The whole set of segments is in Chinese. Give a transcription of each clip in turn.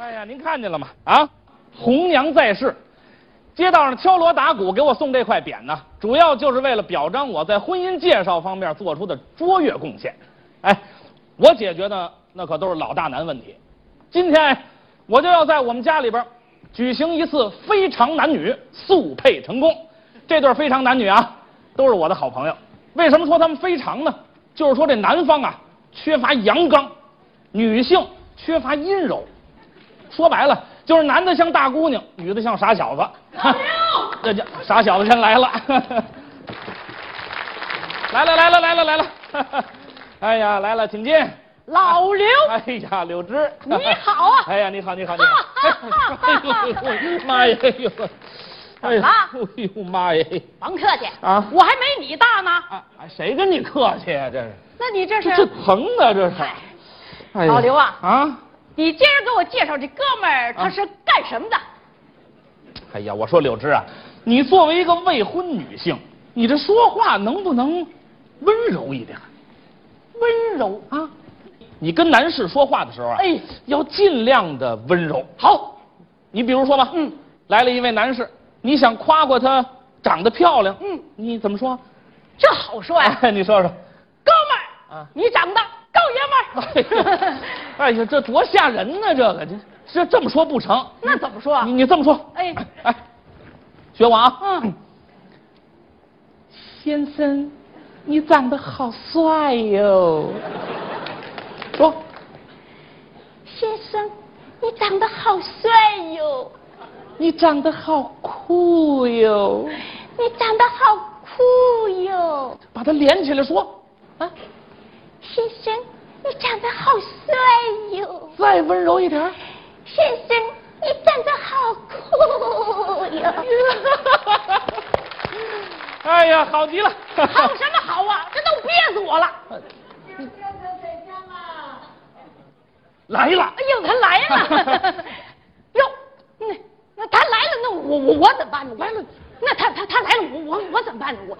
哎看见了吗？啊，红娘在世，街道上敲锣打鼓给我送这块匾呢，主要就是为了表彰我在婚姻介绍方面做出的卓越贡献。哎，我解决的那可都是老大难问题。今天我就要在我们家里边举行一次非常男女速配成功。这对非常男女啊，都是我的好朋友。为什么说他们非常呢？就是说这男方啊缺乏阳刚，女性缺乏阴柔。说白了，就是男的像大姑娘，女的像傻小子。 这叫傻小子先来了， 来了来了来了来了， 哎呀来了，请进。老刘，哎呀，柳枝，你好啊 哎呀，你好，你好，你好！哎呦，妈 呀！哎呦，哎怎么了呦，哎呦妈呀！甭客气啊我还没你大呢。啊，谁跟你客气啊呀、这是那你这这这是？疼的这是。哎呀老刘啊啊！你今儿给我介绍这哥们儿，他是干什么的？哎呀，我说柳枝啊，你作为一个未婚女性，你这说话能不能温柔一点温柔。啊？你跟男士说话的时候啊，哎，要尽量的温柔。好，你比如说吧，嗯，来了一位男士，你想夸夸他长得漂亮，嗯，你怎么说？这好说呀， 哎，你说 说。哥们儿啊，你长得够哎爷们呀儿。 哎呀，这多吓人呢、这个这这这么说不成。那怎么说啊你？你这么说，哎哎，学我啊，嗯，先生，你长得好帅哟。说，先生，你长得好帅哟，你长得好酷哟，你长得好酷哟，把它连起来说。啊，先生，你长得好帅哟，再温柔一点儿。先生，你长得好酷哟。 哎呀，好极了。好什么好啊？这都憋死我了！ 嗯来了。哎呦，他 来 了！哟，那那他来了，那我我我怎么办呢？完了，那他他他来了，我我我怎么办呢？我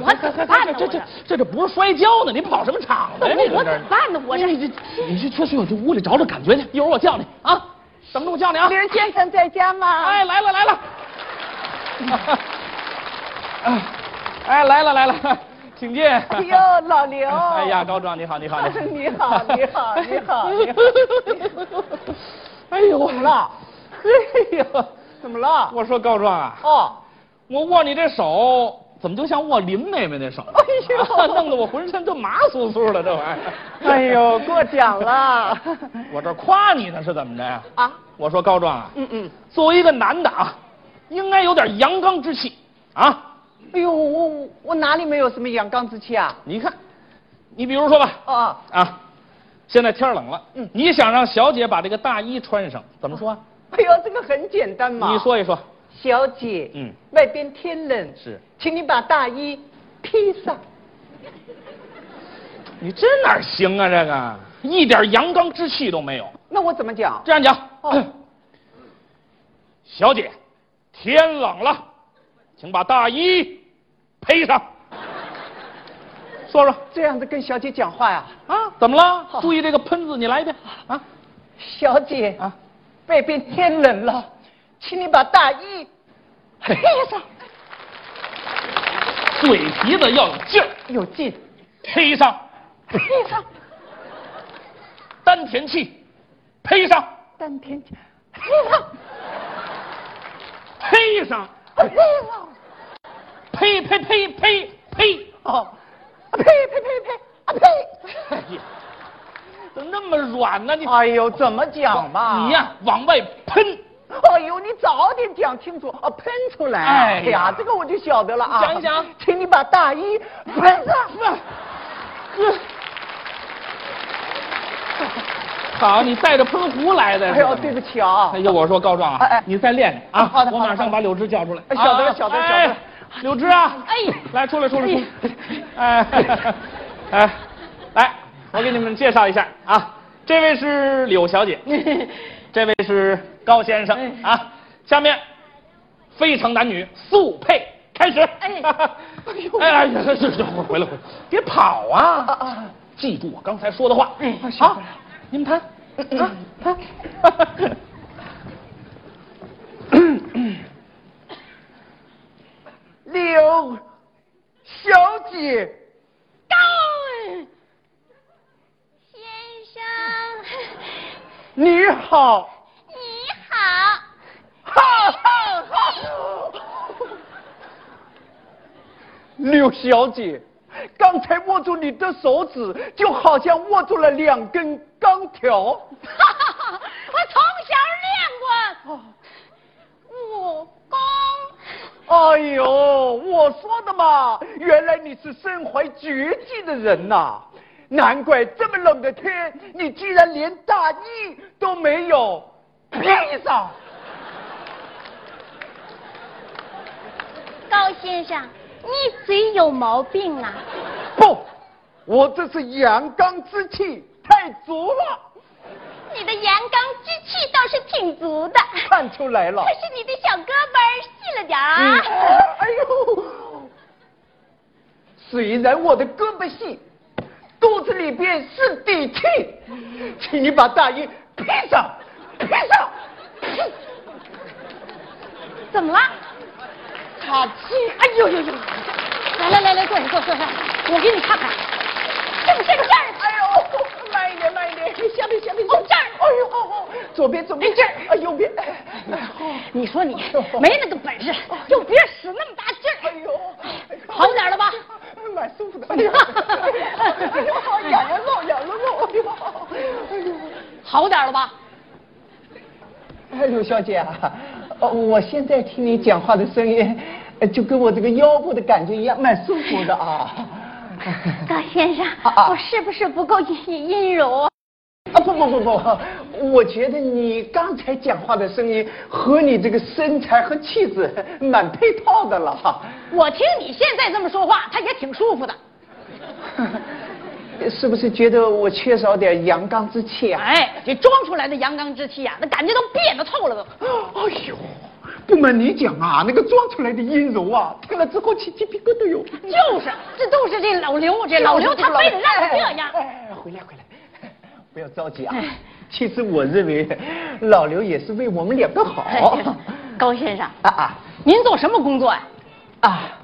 我怎么办呢？这这这这不是摔跤呢？你跑什么场呢？我这你我我怎么办呢？我这你这你去去去我这屋里找找感觉去，一会儿我叫你啊，等着我叫你啊。林先生在家吗？哎，来了来了， 哎来了来了，请进。哎呦，老刘！哎呀，高壮你好你好你好你好 你好你好你好！ 哎呦我怎么了？嘿呦，怎么了？我说高壮啊，哦，我握你这手。怎么就像握林妹妹那手？哎呦啊 弄得我浑身都麻酥酥的，这玩意儿。哎呦，过奖了 我这夸你呢，是怎么着呀？啊！我说高壮啊，嗯嗯，作为一个男的啊，应该有点阳刚之气啊。哎呦，我我我哪里没有什么阳刚之气啊？你看，你比如说吧，哦，啊，现在天儿冷了，嗯你想让小姐把这个大衣穿上，怎么说啊？哎呦，这个很简单嘛。你，说一说。小姐，嗯，外边天冷，是，请你把大衣披上。你这哪儿行啊？这个一点阳刚之气都没有。那我怎么讲？这样讲，哦 小姐，天冷了，请把大衣披上。说说这样子跟小姐讲话呀、啊，怎么哦了？注意这个喷子，你来一遍啊小姐，啊！外边天冷了，请你把大衣披上。嘴皮子要有劲儿，有劲，披上，披上。丹田气，披上，丹田气，披上，披上，披上。呸呸呸呸呸！哦，啊呸呸呸呸，啊呸！哎呀， 怎么那么软呢？你 哎呦，怎么讲嘛？你呀、往外喷，哎呦，你早点讲清楚啊！喷出来！哎呀哎呀，这个我就晓得了啊！想一想请你把大衣喷上。好，你带着喷壶来的。哎呦，对不起啊哎！呦，我说高壮啊，哎哎你再练练啊！好的我好的马上把柳枝叫出来。哎晓得了啊晓得了哎晓得了柳枝啊，哎来出来出来出来，哎哎，来，我给你们介绍一下啊，这位是柳小 姐，这位是高先生哎啊，下面非常男女速配开始。哎 哎哎呀，是是是，回来回来，别跑啊！啊啊！记住我刚才说的话。哎嗯好，你们谈，啊谈。柳小姐，刚才握住你的手指，就好像握住了两根钢条。哈哈哈！ 我从小练过武功。哎呦，我说的嘛，原来你是身怀绝技的人呐、难怪这么冷的天，你居然连大衣都没有披上。高先生，你嘴有毛病啊！不，我这是阳刚之气太足了，你的阳刚之气倒是挺足的，看出来了可。是你的小胳膊儿细了点儿嗯啊。哎呦，虽然我的胳膊细，肚子里边是底气，请你把大衣披上，披上。怎么了？好气！哎呦呦呦！来来来来，坐下坐坐下，我给你看看，这不这这儿，哎呦，慢一点，慢哎一点，下面，下面，哦这儿哎呦，哦哦，左边，左边，这儿，哎，右边，哎你说你没那个本事，用别人使那么大劲哎儿，呦，好点了吧？蛮舒服的，哎呦，哎呦，好痒痒肉，痒痒肉，哎呦，哎呦。好点了吧？哎，柳小姐啊，呃我现在听你讲话的声音，呃就跟我这个腰部的感觉一样，蛮舒服的啊。高先生啊啊是不是不够阴阴柔啊？啊不不不不，我觉得你刚才讲话的声音和你这个身材和气质蛮配套的了哈，我听你现在这么说话，他也挺舒服的。是不是觉得我缺少点阳刚之气啊？哎，这装出来的阳刚之气呀、那感觉都憋得透了都。哎呦，不瞒你讲啊，那个装出来的阴柔啊，听了之后起鸡皮疙瘩哟。就是，这都是这老刘，这老刘他非得让我这样。哎哎，回来回来，不要着急啊。其实我认为，老刘也是为我们两个好。哎高先生，啊啊您做什么工作呀、啊！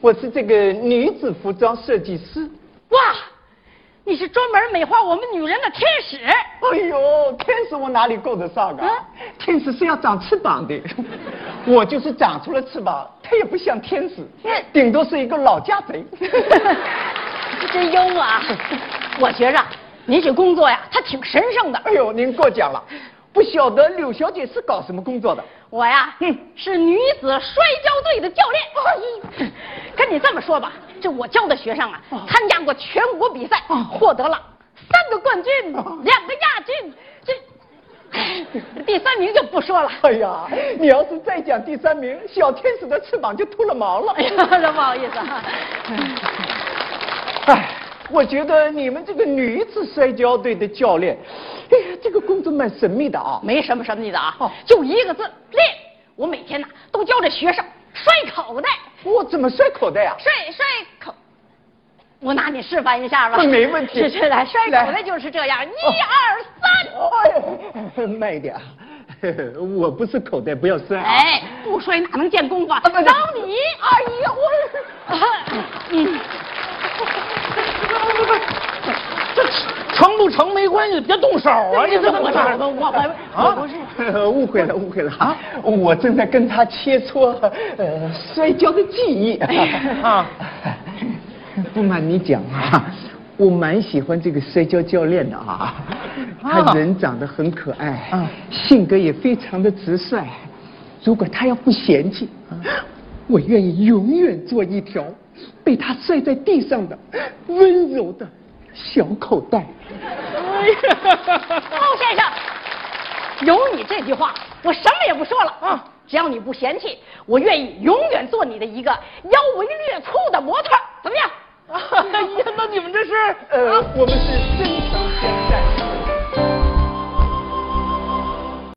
我是这个女子服装设计师。哇，你是专门美化我们女人的天使。哎呦，天使我哪里够得上啊？啊天使是要长翅膀的， 我就是长出了翅膀，它也不像天使那，顶多是一个老家贼。 真幽默啊！我觉着您这工作呀，它挺神圣的。哎呦，您过奖了，不晓得柳小姐是搞什么工作的？我呀，嗯是女子摔跤队的教练。哦跟你这么说吧，这我教的学生啊，参加过全国比赛，哦获得了三个冠军，两个亚军，这第三名就不说了。哎呀，你要是再讲第三名，小天使的翅膀就秃了毛了哎。呀，真不好意思啊。哎，我觉得你们这个女子摔跤队的教练，哎呀，这个工作蛮神秘的啊。没什么什么意思啊，哦就一个字练。我每天呐、都教这学生摔口袋，我怎么摔口袋啊？摔摔口。我拿你示范一下吧。没问题是是来摔来口袋就是这样，一二三。哎呀，慢一点 啊，我不是口袋，不要摔啊。哎，不摔哪能见功夫啊？啊不是等你，哎呦我，啊嗯，这成不成没关系，别动手 啊！你这这我么哎我我我我不是。啊， 误会了，误会了啊！我正在跟他切磋呃摔跤的技艺啊 啊。不瞒你讲啊，我蛮喜欢这个摔跤教练的啊， 他人长得很可爱，啊性格也非常的直率。如果他要不嫌弃，我愿意永远做一条被他摔在地上的温柔的小口袋。高哎哦先生，有你这句话，我什么也不说了啊！只要你不嫌弃，我愿意永远做你的一个腰围略粗的模特儿，怎么样？哎呀，那你们这是呃，我们是真诚相爱。